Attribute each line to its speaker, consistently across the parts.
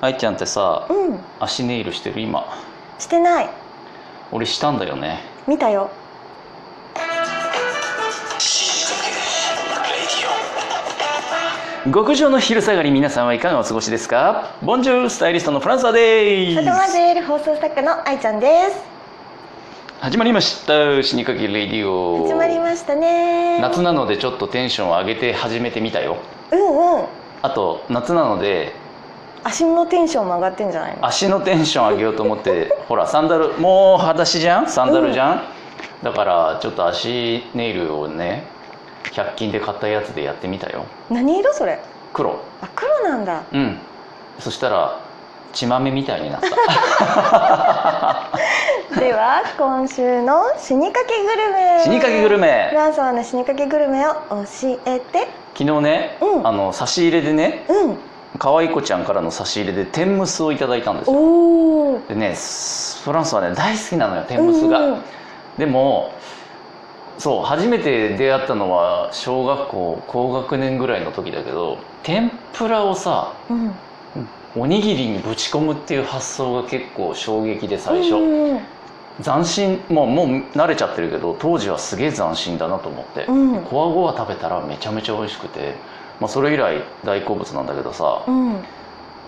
Speaker 1: 愛ちゃんってさ
Speaker 2: うん
Speaker 1: 足ネイルしてる今
Speaker 2: してない
Speaker 1: 俺したんだよね
Speaker 2: 見たよ
Speaker 1: 極上の昼下がり皆さんはいかがお過ごしですかボンジュールスタイリストのフランサーで
Speaker 2: ファトマジ
Speaker 1: す
Speaker 2: ェール放送作家の愛ちゃんです
Speaker 1: 始まりました死にかけレディオ
Speaker 2: 始まりましたね
Speaker 1: 夏なのでちょっとテンションを上げて始めてみたよ
Speaker 2: うんうん
Speaker 1: あと夏なので
Speaker 2: 足のテンションも上がってんじゃないの
Speaker 1: 足のテンション上げようと思って ほらサンダルもう裸足じゃんサンダルじゃん、だからちょっと足ネイルをね100均で買ったやつでやってみたよ
Speaker 2: 何色それ
Speaker 1: 黒
Speaker 2: あ黒なんだ
Speaker 1: うんそしたら血豆みたいに なった
Speaker 2: では今週の死にかけグルメ
Speaker 1: 死にかけグルメ
Speaker 2: フランソワの死にかけグルメを教えて
Speaker 1: 昨日ね、
Speaker 2: うん
Speaker 1: あの差し入れでね
Speaker 2: うん
Speaker 1: 可愛い子ちゃんからの差し入れで天むすをいただいたんですよ
Speaker 2: おお
Speaker 1: でねスフランスはね大好きなのよ天むすが、でもそう初めて出会ったのは小学校高学年ぐらいの時だけど天ぷらをさ
Speaker 2: うんうん、
Speaker 1: おにぎりにぶち込むっていう発想が結構衝撃で最初、
Speaker 2: うん
Speaker 1: 斬新もうもう慣れちゃってるけど当時はすげえ斬新だなと思って、
Speaker 2: うん
Speaker 1: こわごわ食べたらめちゃめちゃ美味しくて、まあ、それ以来大好物なんだけどさ、
Speaker 2: うん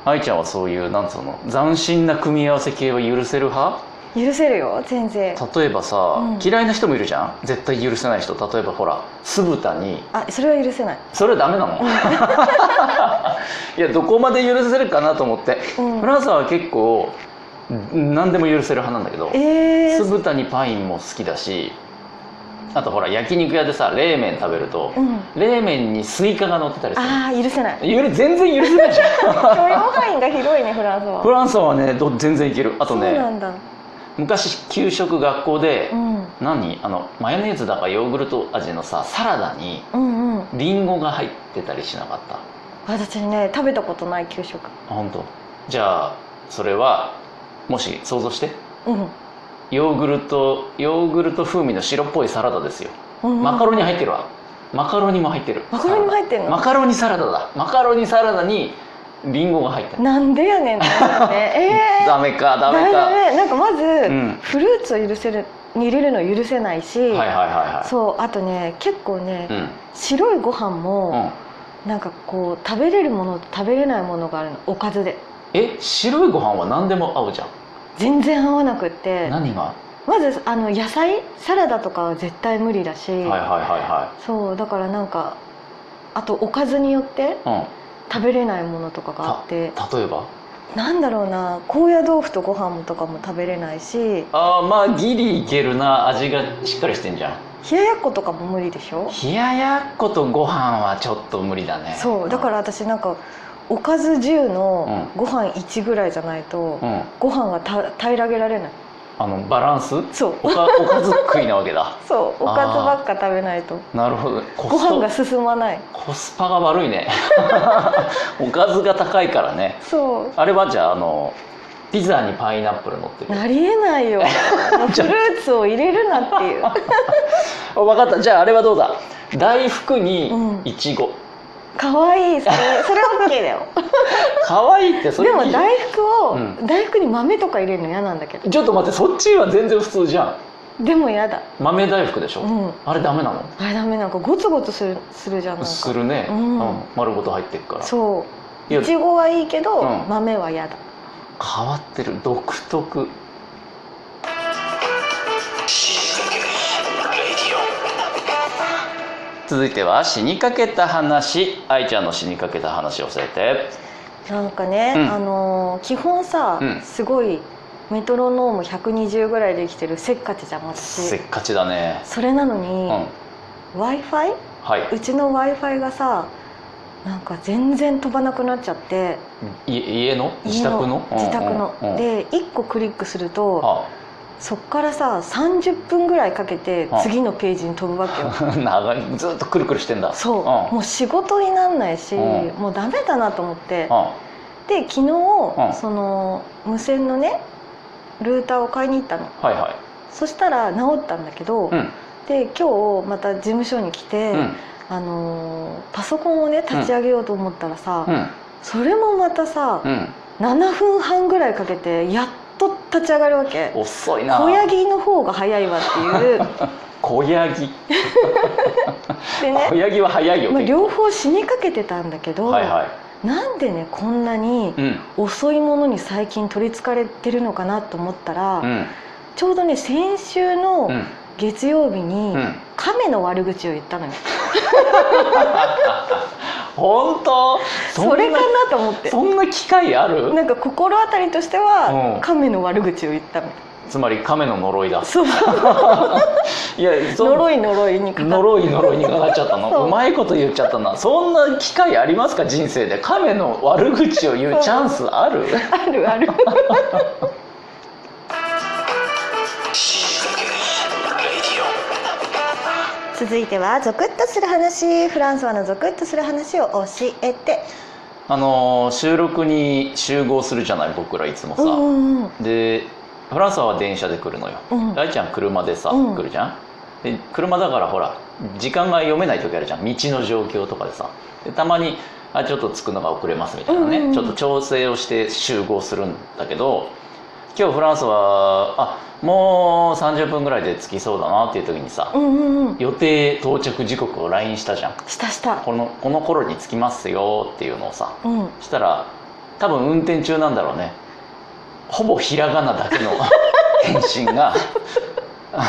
Speaker 1: 愛ちゃんはそういうなんつうの斬新な組み合わせ系は許せる派
Speaker 2: 許せるよ全然
Speaker 1: 例えばさ、
Speaker 2: うん
Speaker 1: 嫌いな人もいるじゃん絶対許せない人例えばほら酢豚に
Speaker 2: あそれは許せない、
Speaker 1: それはダメな のいやどこまで許せるかなと思って、
Speaker 2: うん
Speaker 1: フランスは結構ん何でも許せる派なんだけど
Speaker 2: え
Speaker 1: 酢
Speaker 2: ー、
Speaker 1: 豚にパインも好きだしあとほら焼肉屋でさ冷麺食べると
Speaker 2: う、ん
Speaker 1: 冷麺にスイカが乗ってたりする
Speaker 2: あー許せない
Speaker 1: ゆる全然許せないじゃん
Speaker 2: 許容範囲が広いねフラン スは
Speaker 1: フランスはねど全然いけるあと
Speaker 2: そう
Speaker 1: ね
Speaker 2: なんだ
Speaker 1: 昔給食学校で、
Speaker 2: うん
Speaker 1: 何あのマヨネーズだかヨーグルト味のさサラダに
Speaker 2: うんうん
Speaker 1: リンゴが入ってたりしなかった
Speaker 2: 私ね食べたことない給食
Speaker 1: あ本当じゃあそれはもし想像して
Speaker 2: うん
Speaker 1: ヨーグルトヨーグルト風味の白っぽいサラダですよ
Speaker 2: うん
Speaker 1: マカロニ入ってるわマカロニも入ってる
Speaker 2: マカロニも入ってんの
Speaker 1: マカロニサラダだマカロニサラダにリンゴが入ってる
Speaker 2: なんでやねんって 思うねえー
Speaker 1: ダメかダ
Speaker 2: ダメ
Speaker 1: メ
Speaker 2: ダ
Speaker 1: か
Speaker 2: メなんかまず、
Speaker 1: うん
Speaker 2: フルーツを許せるに入れるの許せないし、
Speaker 1: はいはいはいは
Speaker 2: そうあとね結構ね、
Speaker 1: いうん
Speaker 2: 白いご飯
Speaker 1: う
Speaker 2: も、
Speaker 1: ん
Speaker 2: なんかこう食べれるものと食べれないものがあるのおかずで
Speaker 1: え白いご飯は何でも合うじゃん
Speaker 2: 全然合わなくって
Speaker 1: 何がは
Speaker 2: まずあの野菜サラダとかは絶対無理だし、
Speaker 1: いはいは
Speaker 2: そうだからなんかあとおかずによって
Speaker 1: いはいうん
Speaker 2: 食べれないものとかがあって
Speaker 1: 例えば
Speaker 2: なんだろうな高野豆腐とご飯とかも食べれないし
Speaker 1: あーまあギリいけるな味がしっかりしてんじゃん
Speaker 2: 冷ややっことかも無理でしょ
Speaker 1: 冷ややっことご飯はちょっと無理だね
Speaker 2: そうだから私なんかおかず10のご飯1ぐらいじゃないと、
Speaker 1: うん
Speaker 2: ご飯がた平らげられない
Speaker 1: あのバランス
Speaker 2: そう
Speaker 1: おかおかず食いなわけだ
Speaker 2: そうおかずばっか食べないと
Speaker 1: なるほどコ
Speaker 2: ご
Speaker 1: ス
Speaker 2: 飯
Speaker 1: ト
Speaker 2: が進まない
Speaker 1: コスパが悪いね おかずが高いからね
Speaker 2: そ
Speaker 1: あれはじゃああのピザにパイナップル乗って
Speaker 2: う
Speaker 1: る
Speaker 2: なりえな いよもうフルーツを入れるなっていう
Speaker 1: あ分かったじゃああれはどうだ大福に
Speaker 2: うん
Speaker 1: いちご
Speaker 2: 可愛いそれそれオッケーだよ
Speaker 1: 可愛いってそれ
Speaker 2: でも
Speaker 1: いいじゃん
Speaker 2: 大福を、
Speaker 1: うん
Speaker 2: 大福に豆とか入れるの嫌なんだけど
Speaker 1: ちょっと待ってそっちは全然普通じゃん
Speaker 2: でも嫌だ
Speaker 1: 豆大福でしょ、
Speaker 2: うん
Speaker 1: あれダメなの
Speaker 2: あれダメなんかゴツゴツするするじゃんなんか
Speaker 1: するね、
Speaker 2: うん
Speaker 1: 丸ごと入ってるから
Speaker 2: そ
Speaker 1: いうや
Speaker 2: いちごはいいけど、
Speaker 1: うん
Speaker 2: 豆は嫌だ
Speaker 1: 変わってる独特続いては死にかけた話愛ちゃんの死にかけた話を教えて
Speaker 2: なんかね、
Speaker 1: うん
Speaker 2: あのー基本さ、
Speaker 1: うん
Speaker 2: すごいメトロノーム120ぐらいで生きてるせっかちじゃん
Speaker 1: せっ
Speaker 2: 私
Speaker 1: かちだね
Speaker 2: それなの
Speaker 1: うん
Speaker 2: に、
Speaker 1: は
Speaker 2: w i f i うちの w i f i がさなんか全然飛ばなくなっちゃって
Speaker 1: いい家の自
Speaker 2: 家
Speaker 1: 宅の
Speaker 2: 自宅の、
Speaker 1: うんうんうん
Speaker 2: で1個クリックすると
Speaker 1: あ
Speaker 2: そっからさ30分ぐらいかけて
Speaker 1: はあ
Speaker 2: 次のページに飛ぶ わけよ
Speaker 1: 長いずっとくるくるしてんだ
Speaker 2: そう、
Speaker 1: ん
Speaker 2: もう仕事になんないし、
Speaker 1: うん
Speaker 2: もうダメだなと思って、
Speaker 1: うん
Speaker 2: で昨日、
Speaker 1: うん
Speaker 2: その無線のねルーターを買いに行ったの
Speaker 1: はいはい
Speaker 2: そしたら治ったんだけ
Speaker 1: う
Speaker 2: ど、
Speaker 1: ん
Speaker 2: で今日また事務所に来て、
Speaker 1: うん
Speaker 2: あのーパソコンをね立ち上げようと思ったらさ、
Speaker 1: うん
Speaker 2: それもまたさ、
Speaker 1: うん
Speaker 2: 7分半ぐらいかけてやっと立ち上がるわけ
Speaker 1: 遅いな
Speaker 2: 小ヤギの方が早いわっ ていう
Speaker 1: 小ヤギ
Speaker 2: で
Speaker 1: 小
Speaker 2: ね、
Speaker 1: ヤギは早いよ、
Speaker 2: まあ、
Speaker 1: 結構
Speaker 2: 両方死にかけてたんだけど、
Speaker 1: はいは
Speaker 2: なんでねこんなに
Speaker 1: いうん
Speaker 2: 遅いものに最近取りつかれてるのかなと思ったら、
Speaker 1: うん
Speaker 2: ちょうどね先週
Speaker 1: う
Speaker 2: の
Speaker 1: ん
Speaker 2: 月曜日に、
Speaker 1: うん
Speaker 2: 亀の悪口を言ったのよ
Speaker 1: 本当
Speaker 2: それかなと思って
Speaker 1: そんな機会ある
Speaker 2: なんか心当たりとして
Speaker 1: うん
Speaker 2: は亀の悪口を言ったの
Speaker 1: つまり亀の呪いだ
Speaker 2: そう
Speaker 1: いやそ
Speaker 2: 呪い呪いにかかっ
Speaker 1: 呪い呪いにかかっちゃった
Speaker 2: そ
Speaker 1: の
Speaker 2: う
Speaker 1: うまいこと言っちゃったなそんな機会ありますか人生で亀の悪口を言うチャンスある
Speaker 2: あるある 続いてはゾクッとする話フランスはのゾクッとする話を教えて
Speaker 1: あのー収録に集合するじゃない僕らいつもさ、
Speaker 2: うんうん
Speaker 1: でフランスは電車で来るのよ
Speaker 2: うん
Speaker 1: 大ちゃん車でさ、
Speaker 2: うん
Speaker 1: 来るじゃんで車だからほら時間が読めない時あるじゃん道の状況とかでさでたまにあちょっと着くのが遅れますみたいなね、
Speaker 2: うんうんうん
Speaker 1: ちょっと調整をして集合するんだけど今日フランスはあもう30分ぐらいで着きそうだなっていう時にさ、
Speaker 2: うんうんうん
Speaker 1: 予定到着時刻を LINE したじゃん
Speaker 2: したした
Speaker 1: このこの頃に着きますよっていうのをさ
Speaker 2: うん
Speaker 1: したら多分運転中なんだろうねほぼひらがなだけ の返信があ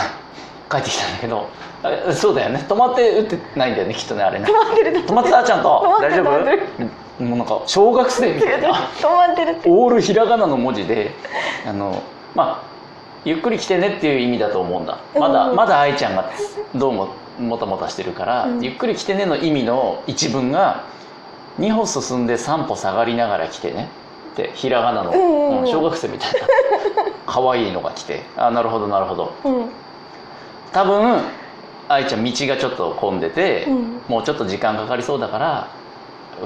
Speaker 1: 返ってきたんだけどあそうだよね止まって打ってないんだよねきっとねあれね
Speaker 2: 止まってる
Speaker 1: 止まってたちゃんと
Speaker 2: 止まっ
Speaker 1: 大
Speaker 2: て
Speaker 1: 丈
Speaker 2: る
Speaker 1: 夫うんもうなんか小学生みたいな
Speaker 2: 止まってるって
Speaker 1: オールひらがなの文字であのまあゆっくり来てねっていう意味だと思うんだまだ、
Speaker 2: うん
Speaker 1: まだ愛ちゃんがどうももたもたしてるから、
Speaker 2: うん
Speaker 1: ゆっくり来てねの意味の一文が2歩進んで3歩下がりながら来てねってひらがなの、
Speaker 2: うんうんうん
Speaker 1: うん小学生みたいな可愛いのが来てあなるほどなるほど
Speaker 2: うん
Speaker 1: 多分愛ちゃん道がちょっと混んでて、
Speaker 2: うん
Speaker 1: もうちょっと時間かかりそうだから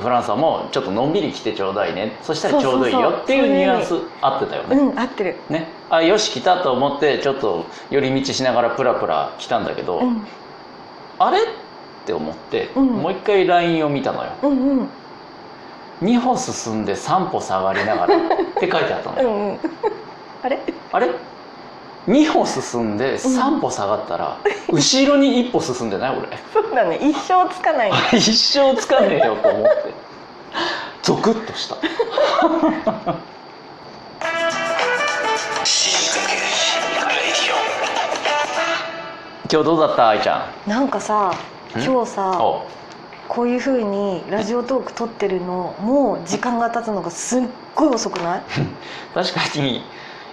Speaker 1: フランスはもうちょっとのんびり来てちょうだいねそしたらちょうどいいよっていうニュアンス合ってたよね。
Speaker 2: うん合ってる
Speaker 1: ね、あよし来たと思ってちょっと寄り道しながらプラプラ来たんだけど、
Speaker 2: うん
Speaker 1: あれって思って、
Speaker 2: うん
Speaker 1: もう一回 LINE を見たのよ
Speaker 2: うんうん
Speaker 1: 2歩進んで3歩下がりながらって書いてあったの
Speaker 2: う
Speaker 1: よ
Speaker 2: んうんあれ
Speaker 1: あれ2歩進んで3歩下がったら、後ろに1歩進んでない俺
Speaker 2: そうだね一生つかない
Speaker 1: 一生つかねえよと思ってゾクッとした今日どうだった愛ちゃん
Speaker 2: なんかさ
Speaker 1: ん
Speaker 2: 今日さ
Speaker 1: お
Speaker 2: こういう風にラジオトーク撮ってるのもう時間が経つのがすっごい遅くない
Speaker 1: 確かに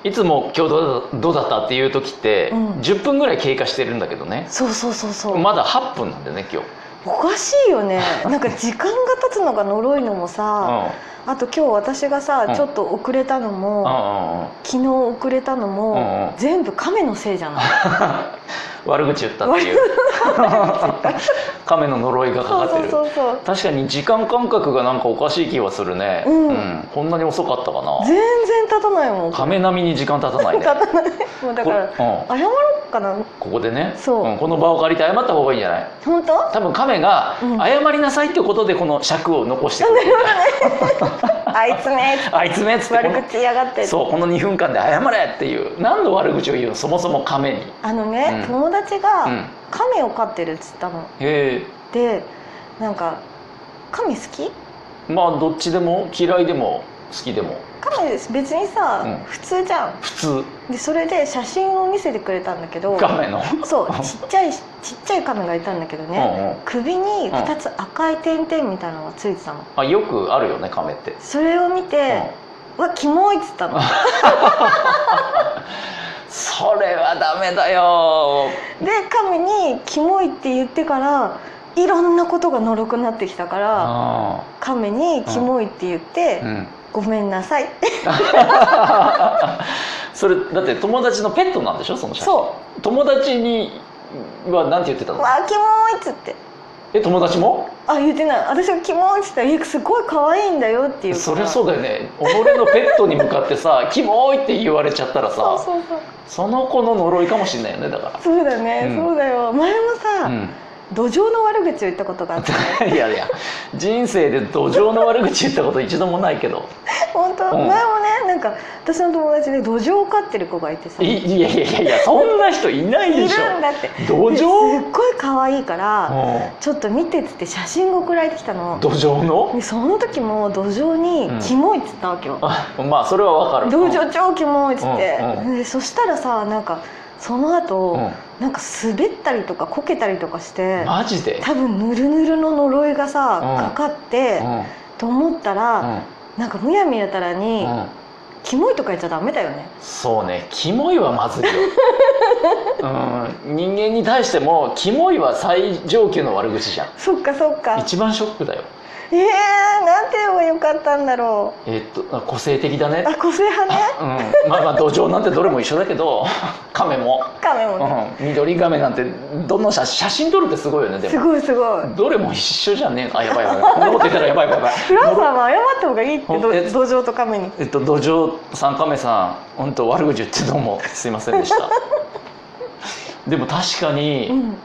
Speaker 1: いつも今日どうだどうだったっていう時って、
Speaker 2: うん
Speaker 1: 10分ぐらい経過してるんだけどね
Speaker 2: そうそうそうそう
Speaker 1: まだ8分なんだよね今日
Speaker 2: おかしい よねなんか時間が経つのが呪いのもさあと今日私が
Speaker 1: うん
Speaker 2: さちょっと遅れたの
Speaker 1: うんう
Speaker 2: も
Speaker 1: んうんうん
Speaker 2: 昨日遅れたの
Speaker 1: うんう
Speaker 2: も
Speaker 1: ん
Speaker 2: 全部亀のせいじゃない
Speaker 1: 悪口言ったっていう亀の呪いがか
Speaker 2: そ
Speaker 1: か
Speaker 2: う
Speaker 1: ってる
Speaker 2: そうそうそう
Speaker 1: 確かに時間感覚がなんかおかしい気はするね、
Speaker 2: うん
Speaker 1: こんなに遅かったか
Speaker 2: 全
Speaker 1: な
Speaker 2: 然経たないもん
Speaker 1: 亀並みに時間経たない
Speaker 2: 経
Speaker 1: ね
Speaker 2: たないもうだから
Speaker 1: これうん
Speaker 2: 謝ろうかな
Speaker 1: ここでね
Speaker 2: そうん
Speaker 1: この場を借りて謝った方がいいんじゃない
Speaker 2: 本当
Speaker 1: 多分亀が
Speaker 2: うん
Speaker 1: 謝りなさいってことでこの尺を残してく れる、
Speaker 2: あいつね
Speaker 1: あいつねっつって
Speaker 2: 悪口言いやがって
Speaker 1: そうこの2分間で謝れっていう何の悪口を言うのそもそも亀に、
Speaker 2: あのね、
Speaker 1: うん
Speaker 2: 友達
Speaker 1: うん、
Speaker 2: が
Speaker 1: へ
Speaker 2: 亀を飼ってるっつったの
Speaker 1: え
Speaker 2: でなんか亀好き
Speaker 1: まあどっちでも嫌いでも好きでも
Speaker 2: 亀別にさ、
Speaker 1: うん
Speaker 2: 普通じゃん
Speaker 1: 普通
Speaker 2: でそれで写真を見せてくれたんだけど
Speaker 1: 亀の
Speaker 2: そうちっちゃいちっちゃい亀がいたんだけどね、
Speaker 1: うんうん
Speaker 2: 首に2つ赤い点々みたいなのがついてたの
Speaker 1: あよくあるよね亀って、
Speaker 2: それを見て
Speaker 1: うん、
Speaker 2: うわキモいっつったの
Speaker 1: それはダメだよ
Speaker 2: で亀にキモいって言ってからいろんなことがのろくなってきたから
Speaker 1: あ
Speaker 2: 亀にキモいって言って、
Speaker 1: あうん
Speaker 2: ごめんなさい
Speaker 1: それだって友達のペットなんでしょその写真
Speaker 2: そう
Speaker 1: 友達にはなんて言ってたの
Speaker 2: わあキモいっつって
Speaker 1: え友達も
Speaker 2: あ言ってない私がキモいっつったら「いやすごい可愛いんだよ」っていうから
Speaker 1: そりゃそうだよね己のペットに向かってさ「 キモい」って言われちゃったらさ
Speaker 2: そうそうそう
Speaker 1: その子の呪いかもしれないよねだか
Speaker 2: そうだね、
Speaker 1: うん
Speaker 2: そうだよ前も
Speaker 1: ら、
Speaker 2: さ、
Speaker 1: うん、
Speaker 2: 土壌の悪口を言ったことがあって
Speaker 1: いやいや人生で土壌の悪口言ったこと一度もないけど
Speaker 2: 本当、
Speaker 1: うん
Speaker 2: 前もねなんか私の友達で土壌を飼ってる子がいてさ
Speaker 1: い
Speaker 2: い
Speaker 1: いやいやいやいやそんな人いない
Speaker 2: る
Speaker 1: で
Speaker 2: ん
Speaker 1: し
Speaker 2: だって
Speaker 1: ょ土
Speaker 2: ですっ
Speaker 1: 壌
Speaker 2: ごい可愛いから
Speaker 1: う
Speaker 2: ちょっと見てっつって写真を送られてきた
Speaker 1: ん
Speaker 2: の
Speaker 1: 土壌の
Speaker 2: でその時も土壌に
Speaker 1: うん
Speaker 2: キモいっつったわけよ、
Speaker 1: あまあそれはわかる
Speaker 2: 土壌超キモいっつって、
Speaker 1: うん
Speaker 2: でそしたらさなんかその後、
Speaker 1: うん
Speaker 2: なんか滑ったりとかこけたりとかして
Speaker 1: マジで
Speaker 2: 多分ぬるぬるの呪いがさ、
Speaker 1: うん
Speaker 2: かかって、
Speaker 1: うん
Speaker 2: と思ったら、なんかむやみやたらに、
Speaker 1: うんうん
Speaker 2: キモいとか言っちゃダメだよね
Speaker 1: そうねキモいはまずいよ うん人間に対してもキモいは最上級の悪口じゃん
Speaker 2: そっかそっか
Speaker 1: 一番ショックだよ
Speaker 2: えー、なんて言えばよかったんだろ
Speaker 1: えっとあ個性的だね
Speaker 2: うあ個性派ね
Speaker 1: うん、まあまあ土壌なんてどれも一緒だけど亀も、
Speaker 2: カメもね、
Speaker 1: うん、緑亀なんてどの写写真撮るってすごいよねですも
Speaker 2: ごいすごい
Speaker 1: どれも一緒じゃねえあやばいやばいこんなこと言ったらやばいやばいやばい
Speaker 2: フランさんは謝った方がいいって
Speaker 1: ほん
Speaker 2: ど
Speaker 1: え
Speaker 2: 土壌とカメに
Speaker 1: えっと土壌さん亀さん本当悪口言ってどう もすいませんでしたでも確か
Speaker 2: う
Speaker 1: に
Speaker 2: ん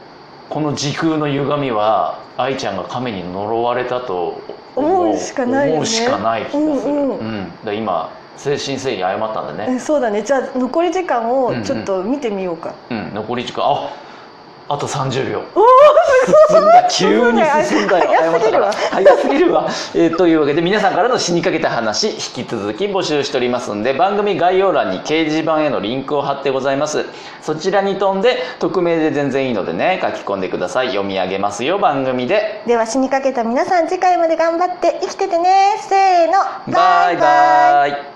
Speaker 1: この時空の歪みは愛ちゃんが亀に呪われたと
Speaker 2: 思うしかないよね
Speaker 1: 思うしかない気がする、
Speaker 2: う
Speaker 1: うんん
Speaker 2: うん
Speaker 1: だから今誠心誠意謝ったんでね、
Speaker 2: えそうだねじゃあ残り時間をちょっと見てみようか、
Speaker 1: うん、残り時間ああと30秒進んだ急に進んだよ
Speaker 2: 早すぎるわ
Speaker 1: 早すぎるわ、えーというわけで皆さんからの死にかけた話引き続き募集しておりますんで番組概要欄に掲示板へのリンクを貼ってございますそちらに飛んで匿名で全然いいのでね書き込んでください読み上げますよ番組で
Speaker 2: では死にかけた皆さん次回まで頑張って生きててねせーの
Speaker 1: バイバイ